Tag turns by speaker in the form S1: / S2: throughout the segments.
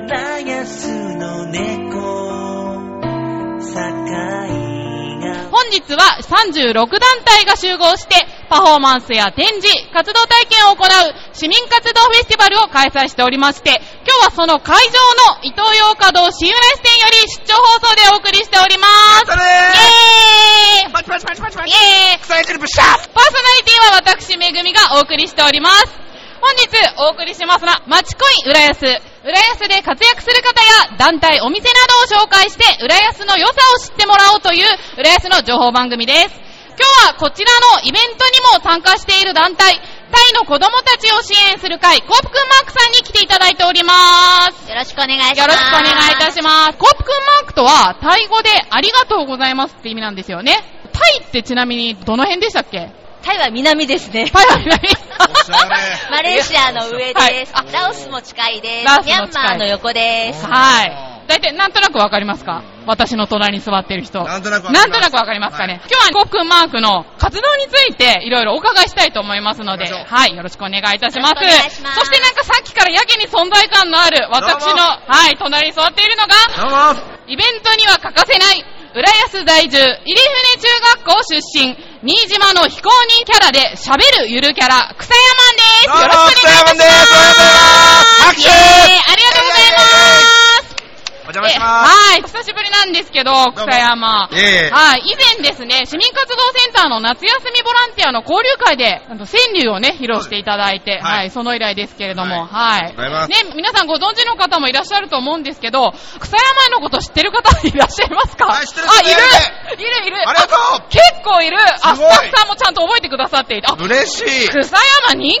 S1: ラスの猫堺が
S2: 本日は36団体が集合して、パフォーマンスや展示、活動体験を行う市民活動フェスティバルを開催しておりまして、今日はその会場の伊東洋華堂新浦支店より出張放送でお送りしております。
S3: それ
S2: イエーイ
S3: パチパチパチパチパ
S2: イ
S3: チ
S2: エーイ
S3: サイクルブッシャー
S2: パーソナリティは私、めぐみがお送りしております。本日お送りしますのは、町コイン浦安。浦安で活躍する方や団体、お店などを紹介して、浦安の良さを知ってもらおうという、浦安の情報番組です。今日はこちらのイベントにも参加している団体、タイの子供たちを支援する会、コープくんマークさんに来ていただいております。
S4: よろしくお願いします。
S2: よろしくお願いいたします。コープくんマークとは、タイ語でありがとうございますって意味なんですよね。タイってちなみにどの辺でしたっけ
S4: タイは南ですね。
S2: パイは南。
S3: おしゃれ
S4: マレーシアの上です。
S2: はいあ
S4: ラオスも近いです。ミ
S2: ラオスも近い
S4: ャンマーの横で す。
S2: はい。大体なんとなくわかりますか私の隣に座ってる人。
S3: なんとなくわかります
S2: なんとなくわかりますかね。今日はコックンマークの活動についていろいろお伺いしたいと思いますので、
S3: 行きましょ
S2: はい、よろしくお願いいたします。
S4: よろしくお願いします
S2: そしてなんかさっきからやけに存在感のある私
S3: どう
S2: の、
S3: も
S2: はい、隣に座っているのが、
S3: どうも
S2: イベントには欠かせない、浦安在住、入船中学校出身、新島の非公認キャラで喋るゆるキャラ、草山
S3: どうも
S2: んです。よろしくお願いいたします。
S3: 草山で
S2: イエ
S3: すよろしくお願いします拍手
S2: ーイありがとうございます。
S3: お邪魔しま
S2: えはい、久しぶりなんですけど、草山。
S3: すええ
S2: はい、以前ですね、市民活動センターの夏休みボランティアの交流会で、あの川柳をね、披露していただいて、は
S3: い
S2: い、
S3: はい
S2: その以来ですけれども、はい。
S3: ありがとうございます
S2: ね、皆さんご存知の方もいらっしゃると思うんですけど、草山のこと知ってる方いらっしゃいますか
S3: はい知ってる
S2: あ、
S3: 知って
S2: い
S3: る
S2: るいるいる
S3: ありがとう
S2: あ結構いるあ、
S3: す
S2: ス
S3: ごい
S2: タッフさんもちゃんと覚えてくださっていて、あ、
S3: 嬉しい
S2: 草山人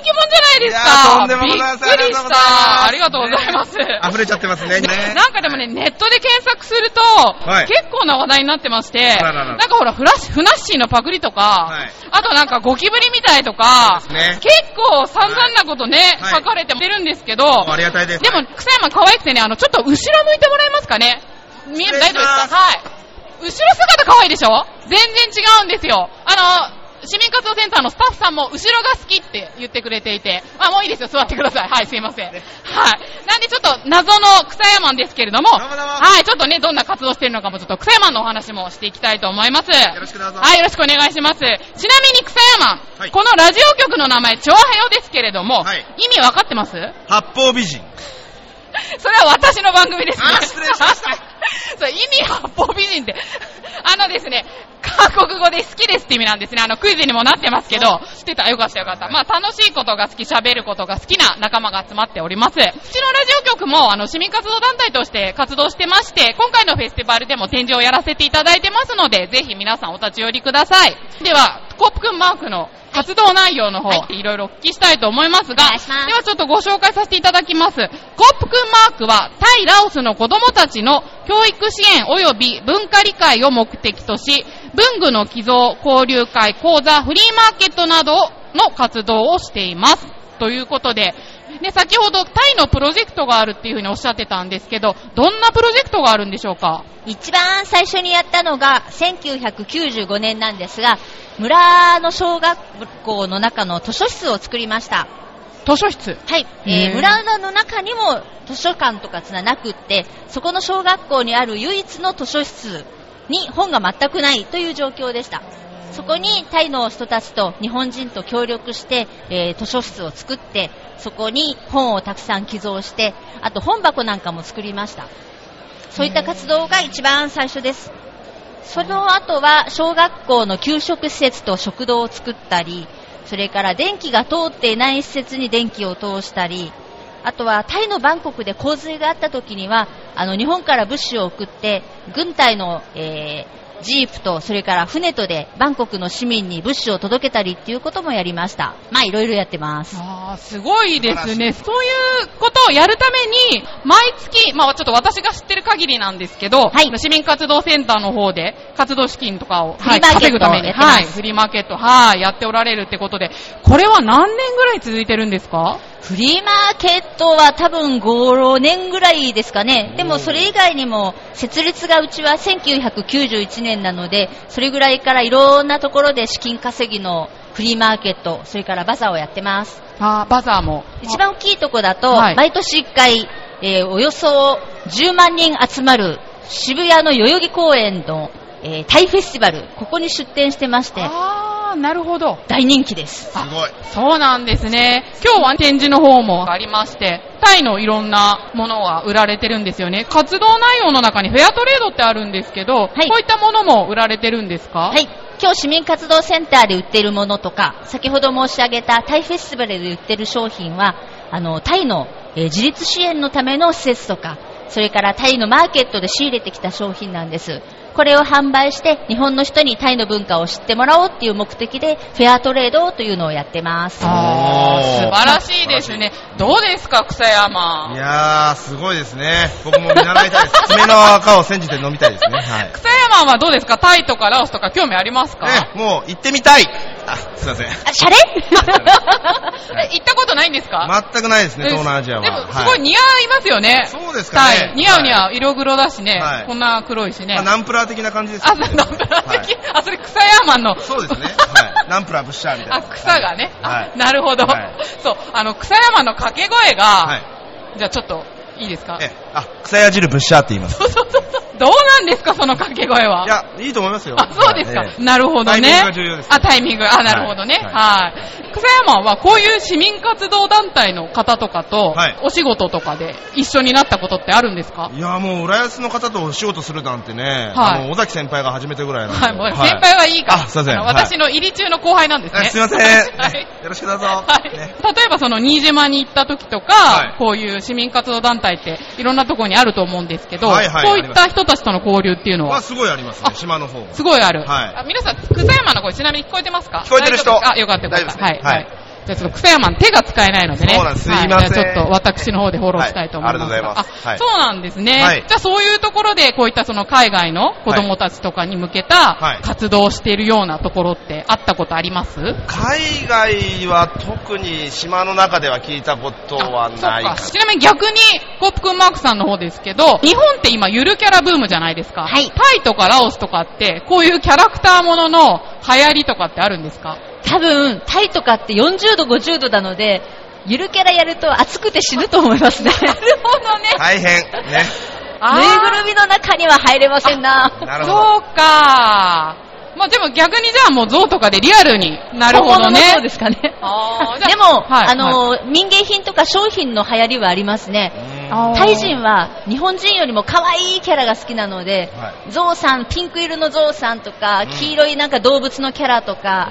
S2: 気者じゃないですか
S3: いやとんでもございません
S2: びっくりしたありがとうございます。
S3: 溢れちゃってますね ね
S2: なんかでもね、ネットで検索すると、
S3: い
S2: 結構な話題になってまして、
S3: あらら
S2: な
S3: ら
S2: んかほら、フラッシュ、ふなっしーのパクリとか、
S3: はい
S2: あとなんかゴキブリみたいとか、
S3: そうですね
S2: 結構散々なことね、
S3: はい
S2: 書かれてるんですけど、
S3: ありがたいです
S2: でも、草山可愛くてね、あの、ちょっと後ろ向いてもらえますかね。見える、大
S3: 失礼し
S2: 丈夫
S3: ま
S2: です
S3: す
S2: かはい。後ろ姿可愛いでしょ全然違うんですよ。あの、市民活動センターのスタッフさんも後ろが好きって言ってくれていて、あ、もういいですよ、座ってください。はい、すいません。はい。なんでちょっと謎の草山んですけれども、
S3: どうもどうも
S2: はい、ちょっとね、どんな活動してるのかもちょっと草山のお話もしていきたいと思います。よ
S3: ろしくどうぞ
S2: はい、よろしくお願いします。ちなみに草山、
S3: はい
S2: このラジオ局の名前、超はよですけれども、
S3: はい
S2: 意味わかってます
S3: 八方美人
S2: それは私の番組です、ね。
S3: あ失礼しました。
S2: そう、意味八方美人って、あのですね、韓国語で好きですって意味なんですね。あの、クイズにもなってますけど、知ってたよかったよかった。まあ、楽しいことが好き、喋ることが好きな仲間が集まっております。うちのラジオ局も、あの、市民活動団体として活動してまして、今回のフェスティバルでも展示をやらせていただいてますので、ぜひ皆さんお立ち寄りください。では、コップくんマークの活動内容の方、い、ろいろお聞きしたいと思いますが、
S4: お願いします
S2: ではちょっとご紹介させていただきます。コップくんマークは、タイ・ラオスの子供たちの教育支援及び文化理解を目的とし、文具の寄贈、交流会、講座、フリーマーケットなどの活動をしています。ということで、ね、先ほどタイのプロジェクトがあるっていうふうにおっしゃってたんですけど、どんなプロジェクトがあるんでしょうか
S4: 一番最初にやったのが1995年なんですが、村の小学校の中の図書室を作りました。
S2: 図書室。
S4: はい、え
S2: へー
S4: ー、村の中にも図書館とかつななくって、そこの小学校にある唯一の図書室に本が全くないという状況でした。そこにタイの人たちと日本人と協力して、えー図書室を作って、そこに本をたくさん寄贈して、あと本箱なんかも作りました。そういった活動が一番最初です。その後は小学校の給食施設と食堂を作ったり、それから電気が通っていない施設に電気を通したり、あとはタイのバンコクで洪水があった時には、あの日本から物資を送って、軍隊の、えージープと、それから船とで、バンコクの市民に物資を届けたりっていうこともやりました。まあ、いろいろやってます。
S2: ああ、すごいですね。そういうことをやるために、毎月、まあちょっと私が知ってる限りなんですけど、
S4: はい
S2: 市民活動センターの方で活動資金とかを、
S4: フリーマーケ
S2: 稼
S4: ット
S2: ぐために、
S4: やってま
S2: は
S4: す
S2: い、フリーマーケット、はい、やっておられるってことで、これは何年ぐらい続いてるんですか
S4: フリーマーケットは多分5、6年ぐらいですかね。でもそれ以外にも、設立がうちは1991年なので、それぐらいからいろんなところで資金稼ぎのフリーマーケット、それからバザーをやってます。
S2: あーバザーも。
S4: 一番大きいとこだと、
S2: はい
S4: 毎年1回、えーおよそ10万人集まる渋谷の代々木公園の、えータイフェスティバル、ここに出店してまして、
S2: あー、なるほど。
S4: 大人気です。
S3: すごい。
S2: そうなんですね。今日は展示の方もありまして、タイのいろんなものが売られてるんですよね。活動内容の中にフェアトレードってあるんですけど、
S4: はい
S2: こういったものも売られてるんですか
S4: はい。今日市民活動センターで売っているものとか、先ほど申し上げたタイフェスティバルで売っている商品は、あの、タイの、えー自立支援のための施設とか、それからタイのマーケットで仕入れてきた商品なんです。これを販売して、日本の人にタイの文化を知ってもらおうっていう目的で、フェアトレードというのをやってます。
S2: あー、素
S3: おー
S2: 晴らしいですね。どうですか、草
S3: い
S2: 山。
S3: やー、すごいですね。僕も見習いたいです。爪の赤を煎じて飲みたいですね。はい。
S2: 草山はどうですかタイとかラオスとか興味ありますか、
S3: ね、もう行ってみたい。あ、すいません。
S4: あ、シャレ
S2: え行ったことないんですか、
S3: 全くないですね、東南アジアは。
S2: でも、すごい似合いますよね。
S3: そうですか
S2: タ
S3: ね。
S2: イ。似合う似
S3: は
S2: 合う。色黒だしね。
S3: はい
S2: こんな黒いし
S3: い
S2: ね。
S3: まあナンプラー的な感じです
S2: あ、
S3: よ
S2: そ
S3: ね。
S2: う、ナンプラー的
S3: は。
S2: あ、それ草ヤーマンの。
S3: いそうですね。はい。ナンプラーブッシャーみたい な。
S2: あ、草がね。
S3: は
S2: あ
S3: い、。
S2: なるほど
S3: はい。
S2: そう、あの、草ヤーマンの掛け声
S3: は
S2: が
S3: い、。
S2: じゃあちょっと、いいですか
S3: ええ、あ、草屋汁ブッシャーって言います。
S2: そうそうそうそう。どうなんですか、その掛け声は。
S3: いや、いいと思いますよ。
S2: あ、そうですか
S3: え。え
S2: なるほどね。
S3: タイミングが重要です
S2: あ、タイミング。あ、なるほどね。
S3: はい
S2: はい。草山はこういう市民活動団体の方とかと
S3: はい、
S2: お仕事とかで一緒になったことってあるんですか
S3: いや、もう、浦安の方とお仕事するなんてね、
S2: はい
S3: あの、尾崎先輩が初めてぐらいなんで。
S2: はい、もう先輩はいいから。
S3: あすいません
S2: あの
S3: はい
S2: 私の入り中の後輩なんです
S3: はい
S2: ね。
S3: あすいません。
S2: はい
S3: ね。 よろしくどうぞ。
S2: はい、
S3: ね
S2: 例えばその新島に行った時とか、
S3: はい
S2: こういう市民活動団体っていろんなところにあると思うんですけど、
S3: はいはい
S2: こういった人たちとの交流っていうの
S3: まあ、
S2: は
S3: すごいありますね
S2: あ、
S3: 島の方が。
S2: すごいある。
S3: はい
S2: あ皆さん、草山の声ちなみに聞こえてますか
S3: 聞こえてる人
S2: 大丈夫ですあ、よかったよか
S3: 大
S2: った。
S3: 丈夫ですね
S2: はい。は
S3: はい
S2: い。じゃあちょっと草山の手が使えないのでね。
S3: そうなんですすいません
S2: はい、じゃあちょっと私の方でフォローしたいと思いますが。
S3: はいありがとうございますはい
S2: そうなんですね。
S3: はい
S2: じゃあそういうところでこういったその海外の子供たちとかに向けた
S3: はい
S2: 活動をしているようなところってあったことあります、
S3: 海外は特に島の中では聞いたことはない
S2: あそうか。ちなみに逆に、コップくんマークさんの方ですけど、日本って今ゆるキャラブームじゃないですか。
S4: はい
S2: タイとかラオスとかって、こういうキャラクターものの流行りとかってあるんですか
S4: 多分、タイとかって40度、50度なので、ゆるキャラやると暑くて死ぬと思いますね。
S2: なるほどね。
S3: 大 変。ね。
S4: ぬいぐるみの中には入れませんな。
S3: なるほど。
S2: そうか。まあでも逆にじゃあもう像とかでリアルに。なるほどね。
S4: そうですかね。
S2: あーじゃあ
S4: でも、
S2: はい
S4: あのー民芸品とか商品の流行りはあります
S3: う
S4: ね。
S3: ーん
S2: あー
S4: タイ人は日本人よりも可愛いキャラが好きなので、
S3: は
S4: ゾウさん、ピンク色のゾウさんとか
S3: うん、
S4: 黄色いなんか動物のキャラとか、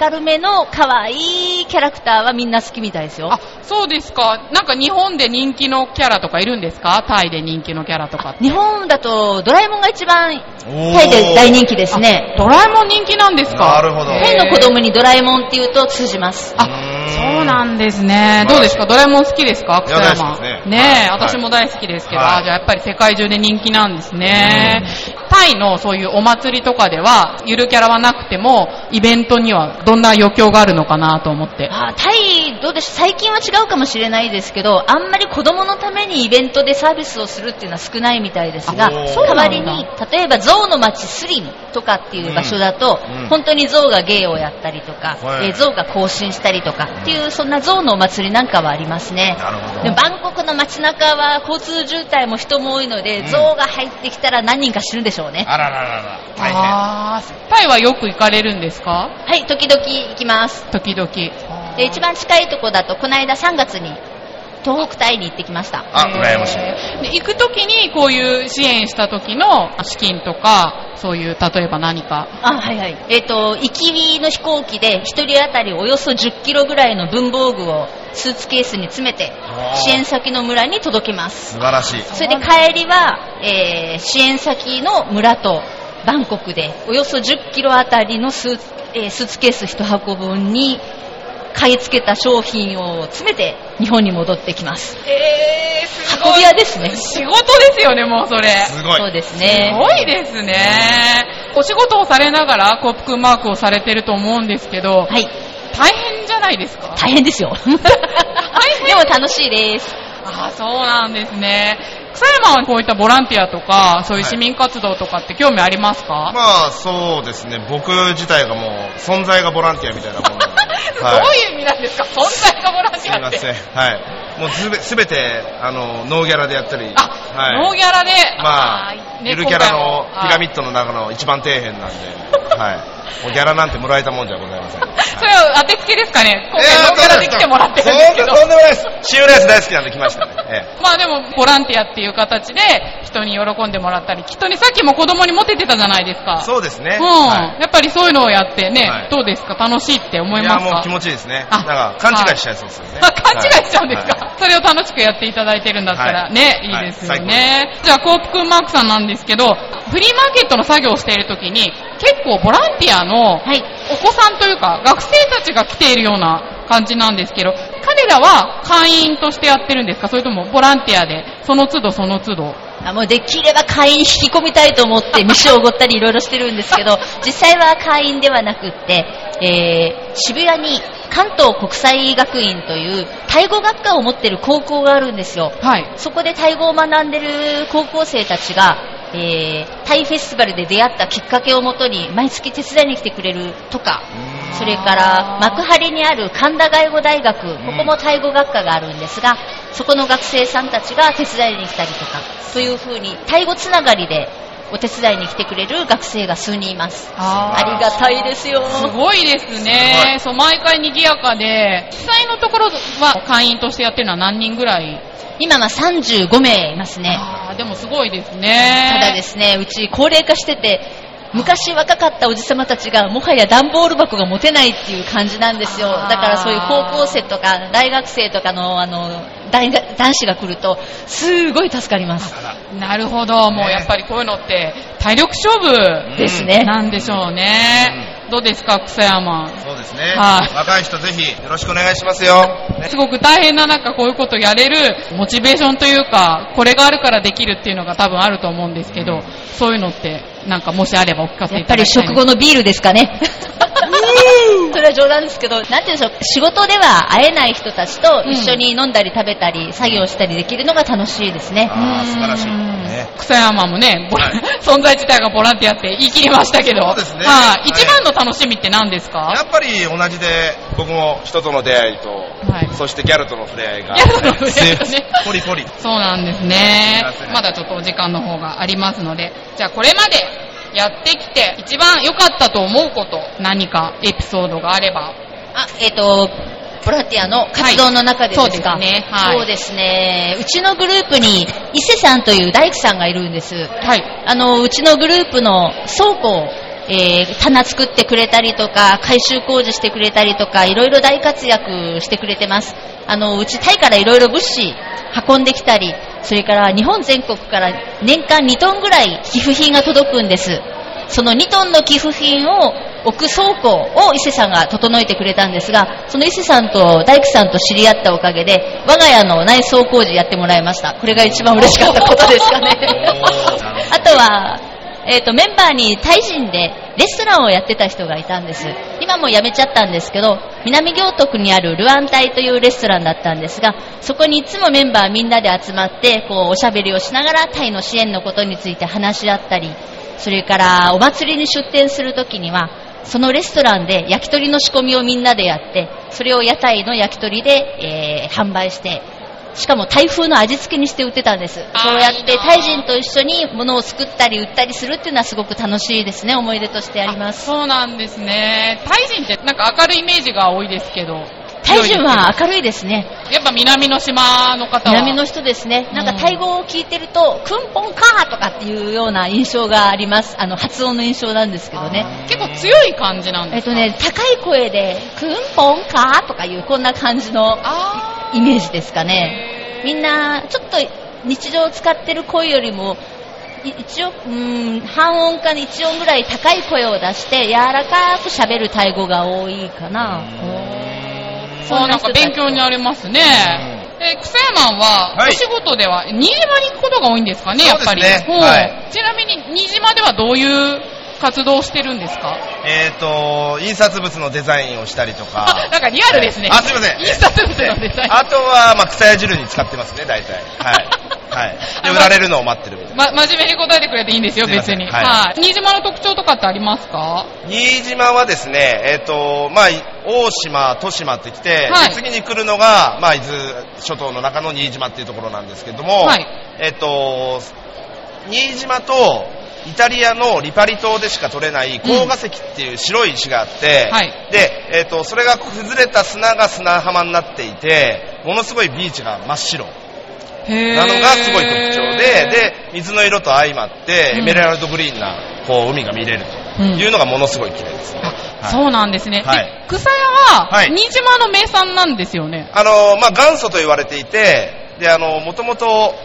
S4: 明るめの可愛いキャラクターはみんな好きみたいですよ
S2: あ。、そうですか。なんか日本で人気のキャラとかいるんですかタイで人気のキャラとかって。
S4: 日本だとドラえもんが一番
S3: おー
S4: タイで大人気ですね。
S2: ドラえもん人気なんですか
S3: なるほど
S2: へー
S4: タイの子供にドラえもんって言うと通じます。
S2: あ
S3: うーん、
S2: そうなんですね。
S3: 素晴らしい
S2: どうですかドラえもん好きですか
S3: い
S2: 草
S3: や
S2: 山。
S3: 大好きですね
S2: ねえ、
S3: はい
S2: 私も大好きですけど、
S3: はい
S2: あじゃあやっぱり世界中で人気なんですね。タイのそういうお祭りとかでは、ゆるキャラはなくても、イベントにはどんな余興があるのかなと思って。
S4: あタイ、どうでしょう最近は違うかもしれないですけど、あんまり子供のためにイベントでサービスをするっていうのは少ないみたいですが、
S3: あそう
S4: 代
S3: なんだ
S4: わりに、例えば象の町スリムとかっていう場所だと、
S3: うんうん
S4: 本当に象が芸をやったりとか、
S3: はい
S4: えー象が行進したりとかっていう、そんな象のお祭りなんかはありますね。
S3: なるほど
S4: でもバンコクの街中は交通渋滞も人も多いので、
S3: うん
S4: 象が入ってきたら何人か死ぬでしょうね。
S3: あらららら、大変。
S2: あータイはよく行かれるんですか
S4: はい、時々行きます。
S2: 時々。
S4: で一番近いとこだとこの間3月に東北タイに行ってきました
S3: あ、羨ましい。
S2: い。で行くときにこういう支援した時の資金とか、そういう、例えば何か
S4: あはいはいえっ、と行き火の飛行機で1人当たりおよそ1 0キロぐらいの文房具をスーツケースに詰めて
S3: あー
S4: 支援先の村に届けます
S3: 素晴らしい。
S4: それで帰りは、えー支援先の村とバンコクでおよそ1 0キロ当たりのスーツ,、えースーツケース1箱分に買い付けた商品を詰めて日本に戻ってきます
S2: えー、す
S4: 運び屋ですね
S2: 仕事ですよね、もうそれ。
S3: すごい。
S4: そうです
S2: す
S4: ね
S2: ごいですね。お仕事をされながら、コップくんマークをされてると思うんですけど、
S4: はい
S2: 大変じゃないですか
S4: 大変ですよ。でも楽しいです。
S2: ああ、そうなんですね。草山はこういったボランティアとか、そういう市民活動とかって興味ありますか、
S3: まあそうですね、僕自体がもう 存在がボランティアみたいなものなので
S2: どういう意味なんですか存在がボランティアって。
S3: すいません。はい。もうすべすべてあのノーギャラでやったり、
S2: あ、
S3: はい
S2: ノーギャラで、
S3: まあ、
S2: ー
S3: ゆるキャラの
S2: 今回も
S3: ピラミッドの中の一番底辺なんで、 はい、もうギャラなんてもらえたもんじゃございません。
S2: あ ーそれは当てつけですかね。今回ノーギャラで来てもらってるんですけど。
S3: とんでもないです。シューレース大好きなんで来ましたね。え
S2: まあでも、ボランティアっていう形で、人に喜んでもらったり、人にさっきも子供にモテてたじゃないですか。
S3: え、そうですね。
S2: うん、
S3: は
S2: やっぱりそういうのをやってね、
S3: はい
S2: どうですか楽しいって思
S3: い
S2: い
S3: や、
S2: ますか
S3: もう気持ちいいですね。
S2: あ
S3: なんか勘違いしちゃいそうですよね。
S2: あ勘違いしちゃうんですか、
S3: はい
S2: それを楽しくやっていただいてるんだったら、
S3: はい
S2: ね、いい
S3: はい
S2: ですよね。じゃあ、コープくんマークさんなんですけど、フリーマーケットの作業をしているときに、結構ボランティアの
S4: はい。
S2: お子さんというか、学生たちが来ているような感じなんですけど、彼らは会員としてやってるんですかそれともボランティアで、その都度その都度。
S4: あもうできれば会員引き込みたいと思って飯をおごったりいろいろしてるんですけど、実際は会員ではなくって、えー渋谷に関東国際学院というタイ語学科を持ってる高校があるんですよ。
S2: はい。
S4: そこでタイ語を学んでる高校生たちが、えータイフェスティバルで出会ったきっかけをもとに毎月手伝いに来てくれるとか、それから幕張にある神田外語大学、ここもタイ語学科があるんですが、そこの学生さんたちが手伝いに来たりとか、というふうにタイ語つながりでお手伝いに来てくれる学生が数人います。ありがたいですよ。
S2: すごいですね。そう、毎回賑やかで、実際のところは会員としてやってるのは何人ぐらい
S4: 今は35名いますね。
S2: あーでもすごいですね。
S4: ただですね、うち高齢化してて、昔若かったおじさまたちがもはや段ボール箱が持てないっていう感じなんですよ。
S2: あー
S4: だからそういう高校生とか大学生とかのあの大学男子が来るとすごい助かります。
S2: なるほど。もうやっぱりこういうのって体力勝負
S4: ですね。
S2: なんでしょうね。どうですか、草山。
S3: そうですね。
S2: はい
S3: 若い人ぜひよろしくお願いしますよ。ね
S2: すごく大変な中こういうことやれるモチベーションというか、これがあるからできるっていうのが多分あると思うんですけど、そういうのってなんかもしあればお聞かせ
S4: や
S2: い
S4: っぱ
S2: ただ
S4: り
S2: きたい
S4: 食後のビールですかね。 それは冗談ですけど、なんて言うんでしょう、仕事では会えない人たちと一緒に飲んだり食べたり、作業したりできるのが楽しいですね。
S3: ああ、素晴らしい。
S2: うん
S3: ね
S2: 草山もね、ボラ存在自体がボランティアって言い切りましたけど、
S3: そうですね
S2: はい
S3: はい
S2: 一番の楽しみって何です
S3: や
S2: か
S3: っぱり同じで、僕も人との出会いと、
S2: はい
S3: そしてギャルとの触れ合いが、
S2: ギャルとの触れ合いとね
S3: ポリポリ。
S2: そうなんですね
S3: すいませ。ん
S2: まだちょっとお時間の方がありますので、じゃあこれまでやってきて一番良かったと思うこと、何かエピソードがあれば。
S4: あ、えっ、と、ボランティアの活動の中でですか、
S2: はいそうですねはい
S4: そうですねうちのグループに伊勢さんという大工さんがいるんです。
S2: はい。
S4: あの、うちのグループの倉庫を、えー棚作ってくれたりとか、改修工事してくれたりとか、いろいろ大活躍してくれてます。あの、うちタイからいろいろ物資運んできたり、それから日本全国から年間2トンぐらい寄付品が届くんです。その2トンの寄付品を置く倉庫を伊勢さんが整えてくれたんですが、その伊勢さんと大工さんと知り合ったおかげで、我が家の内装工事やってもらいました。これが一番嬉しかったことですかね。 あとは、えっ、と、メンバーにタイ人でレストランをやってた人がいたんです。今もう辞めちゃったんですけど、南行徳にあるルアンタイというレストランだったんですが、そこにいつもメンバーみんなで集まって、こう、おしゃべりをしながらタイの支援のことについて話し合ったり、それからお祭りに出店するときには、そのレストランで焼き鳥の仕込みをみんなでやって、それを屋台の焼き鳥で、えー販売して、しかも台風の味付けにして売ってたんです。
S2: あー
S4: そうやっ
S2: いい
S4: て
S2: なあ
S4: タイ人と一緒に物を作ったり売ったりするっていうのはすごく楽しいですね。思い出としてあります。
S2: そうなんですね。タイ人ってなんか明るいイメージが多いですけど。
S4: タイ人は明るいですね。
S2: やっぱ南の島の方は。
S4: 南の人ですね。なんかタイ語を聞いてると、クンポンカーとかっていうような印象があります。あの、発音の印象なんですけどね。
S2: 結構強い感じなん
S4: え
S2: で
S4: っ
S2: す
S4: と
S2: か
S4: ね、高い声で、クンポンカーとかいう、こんな感じの
S2: あ
S4: イメージですか
S2: ー
S4: ね。
S2: へー
S4: みんな、ちょっと日常使ってる声よりも、い一応、うーん、半音か1音ぐらい高い声を出して、柔らかく喋るタイ語が多いかな。
S2: そうなんか勉強になりますね。え、草山は、
S3: はい
S2: お仕事では、新島に行くことが多いんですかね、やっぱり。
S3: そうですね
S2: ほう
S3: は
S2: ちなみに、新島ではどういう活動をしてるんですか
S3: えっと、印刷物のデザインをしたりと
S2: あ
S3: か、。
S2: なんかリアルですね。
S3: あ、すいません。
S2: 印刷物のデザイン。
S3: あとは、まあ、草屋汁に使ってますね、大体。はい。はい。で、売られるのを待ってるみたいな。
S2: ま、真面目に答えてくれていいんですよ、
S3: すいま
S2: 別
S3: せん
S2: に。
S3: はい
S2: はい。新島の特徴とかってありますか
S3: 新島はですね、えっ、と、まあ、大島、豊島って来て、
S2: はい
S3: で次に来るのが、まあ、伊豆諸島の中の新島っていうところなんですけども、
S2: はい
S3: えっ、と、新島とイタリアのリパリ島でしか取れない高画石っていう白い石があって、
S2: はい
S3: で、えっ、と、それが崩れた砂が砂浜になっていて、ものすごいビーチが真っ白。
S2: へー
S3: なのがすごい特徴で、、で、水の色と相まって、
S2: うん
S3: エメラルドグリーンな、こう、海が見れると
S2: うん
S3: いうのがものすごい綺麗ですね。
S2: あ
S3: はい
S2: そうなんですね。
S3: は
S2: で、草屋は、
S3: はい
S2: 新島の名産なんですよね。
S3: あの、まあ、元祖と言われていて、で、あの、もともと、こ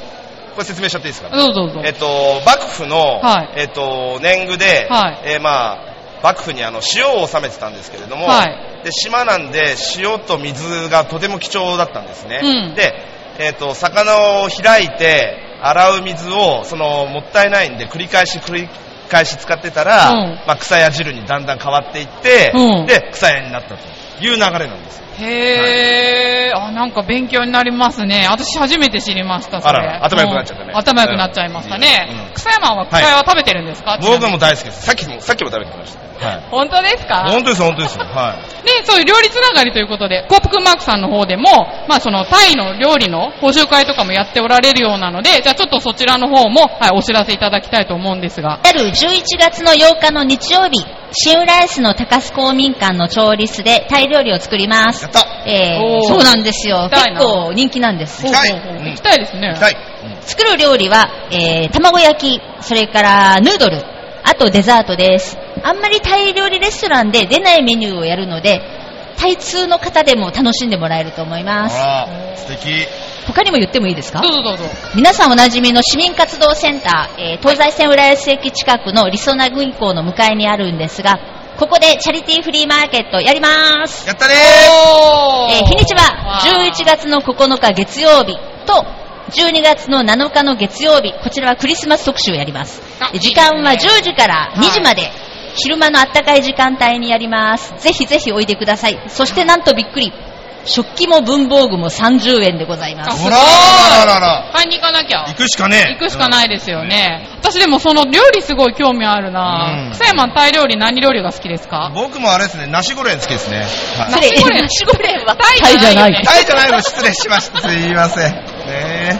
S3: れ説明しちゃっていいですか、
S2: どうぞどうぞ。
S3: えっと、幕府の、
S2: はい
S3: えっと、年貢で、
S2: はい
S3: えーまあ、幕府にあの塩を納めてたんですけれども、
S2: はい
S3: で島なんで塩と水がとても貴重だったんですね、
S2: うん
S3: で、えっと魚を開いて洗う水をそのもったいないんで繰り返し繰り返し使ってたら、
S2: うん
S3: まあ、草や汁にだんだん変わっていって、
S2: うん
S3: で草屋になったという流れなんです
S2: へー、あ、なんか勉強になりますね。私初めて知りました、それ。
S3: あらら頭良くなっちゃったね
S2: うん頭良くなっちゃいましたね。
S3: うん
S2: 草山は、草屋は食べてるんですか、ちなみに
S3: 僕も大好きですさっきもさっきも食べてきました、はい、
S2: 本当ですか
S3: 本当です本当ですよはい
S2: で、そういう料理つながりということで、コープクンマークさんの方でも、まあそのタイの料理の講習会とかもやっておられるようなので、じゃあちょっとそちらの方も、はい、お知らせいただきたいと思うんですが。
S4: ある11月の8日の日曜日、新浦安の高須公民館の調理室でタイ料理を作ります
S3: や。った
S4: え
S2: お
S4: ー、
S2: ー
S4: そうなんですよ
S2: 行。きたい
S4: 結
S2: な
S4: 構人気なんです
S3: 行。きたい
S2: ほうほうほう
S3: うん
S2: 行きたいですね。
S3: 行きたい、うん
S4: 作る料理は、えー、卵焼き、それからヌードル、あとデザートです。あんまりタイ料理レストランで出ないメニューをやるので、タイ通の方でも楽しんでもらえると思います。
S3: あら、素敵。
S4: 他にも言ってもいいですか
S2: どうぞどうぞ。
S4: 皆さんおなじみの市民活動センター、えー東西線浦安駅近くのりそな銀行の向かいにあるんですが、ここでチャリティーフリーマーケットやります。
S3: やったね
S2: お
S4: えー日にちは11月の9日月曜日と12月の7日の月曜日、こちらはクリスマス特集をやります
S2: あ。
S4: 時間はい
S2: いですね
S4: 10時から2時まで、昼間のあったかい時間帯にやります。ぜひぜひおいでください。そしてなんとびっくり、食器も文房具も30円でございます。
S2: あ
S3: ほらあららら
S2: 買いに行かなきゃ
S3: ら。。行くしかねえ。
S2: 行くしかないですよね。私でもその料理すごい興味あるな、
S3: うん
S2: 草山タイ料理何料理が好きです
S3: う
S2: か
S3: ん。僕もあれですね、ナシゴレン好きですね。はい
S4: そ
S2: ナシゴレ
S4: れ、
S2: ン
S4: ナシゴレ ンは
S2: タイじゃないよね
S3: タイじゃないの失礼し ました。すいません。ね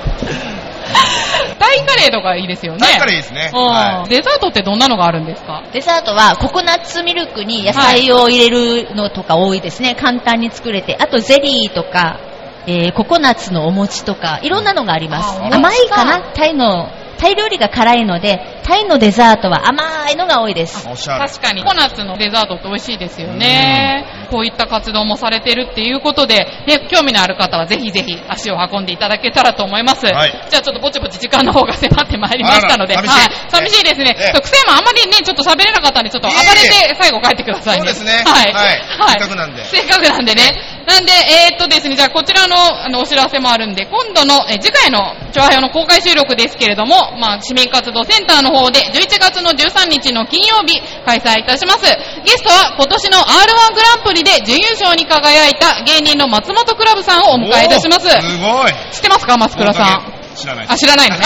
S2: タイカレーとかいいですよ
S3: え。
S2: ね。
S3: タイからいいですね。
S2: うん
S3: は
S2: デザートってどんなのがあるんですか
S4: デザートはココナッツミルクに野菜を入れるのとか多いですね。簡単に作れて。あとゼリーとか、えーココナッツのお餅とか、いろんなのがあります。
S2: あお
S4: 甘
S2: 餅
S4: い
S2: か
S4: かなタイの、タイ料理が辛いので、タイのデザートは甘いのが多いです。
S3: い。おしゃれ。
S2: 確かに、ココナッツのデザートって美味しいですよね。こういった活動もされてるっていうことで、ね、興味のある方はぜひぜひ足を運んでいただけたらと思います。
S3: はい
S2: じゃあちょっとぼちぼち時間の方が迫ってまいりましたので、
S3: あら
S2: はい
S3: 寂し
S2: 寂
S3: い
S2: しいですね
S3: え。え
S2: そう癖もあんまりね、ちょっと喋れなかったんで、ちょっと暴れ
S3: い
S2: て最後帰ってくださいね。
S3: そうですね
S2: はい。
S3: はい
S2: は
S3: せっかくなんで
S2: せっかくなんでね。なんで、えーっとですね、じゃあこちらのあのお知らせもあるんで、今度の、え次回の調和用の公開収録ですけれども、まあ、市民活動センターの方で、11月の13日の金曜日、開催いたします。ゲストは今年の R1 グランプリで準優勝に輝いた芸人の松本クラブさんをお迎えいたします。
S3: おーすごい。
S2: 知ってますか、松倉さん。
S3: ん。知らないで
S2: あ、
S3: す。
S2: 知らないのね。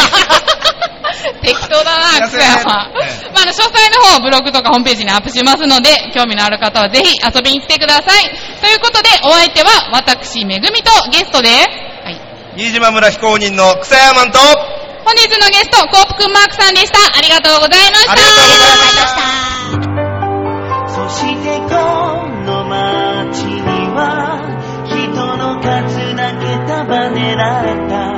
S2: 適当だな、
S3: 知
S2: 福
S3: らせない
S2: 山。まあ、
S3: ええ
S2: あの、詳細の方はブログとかホームページにアップしますので、興味のある方はぜひ遊びに来てください。ということで、お相手は私、めぐみとゲストです。はい。
S3: 新島村非公認の草山マンと、あ
S2: 本日のゲスト、コープくんマークさんでした。ありがとうございました。
S3: りがとうございました。
S1: そしてこの街には人の数だけ束ねられた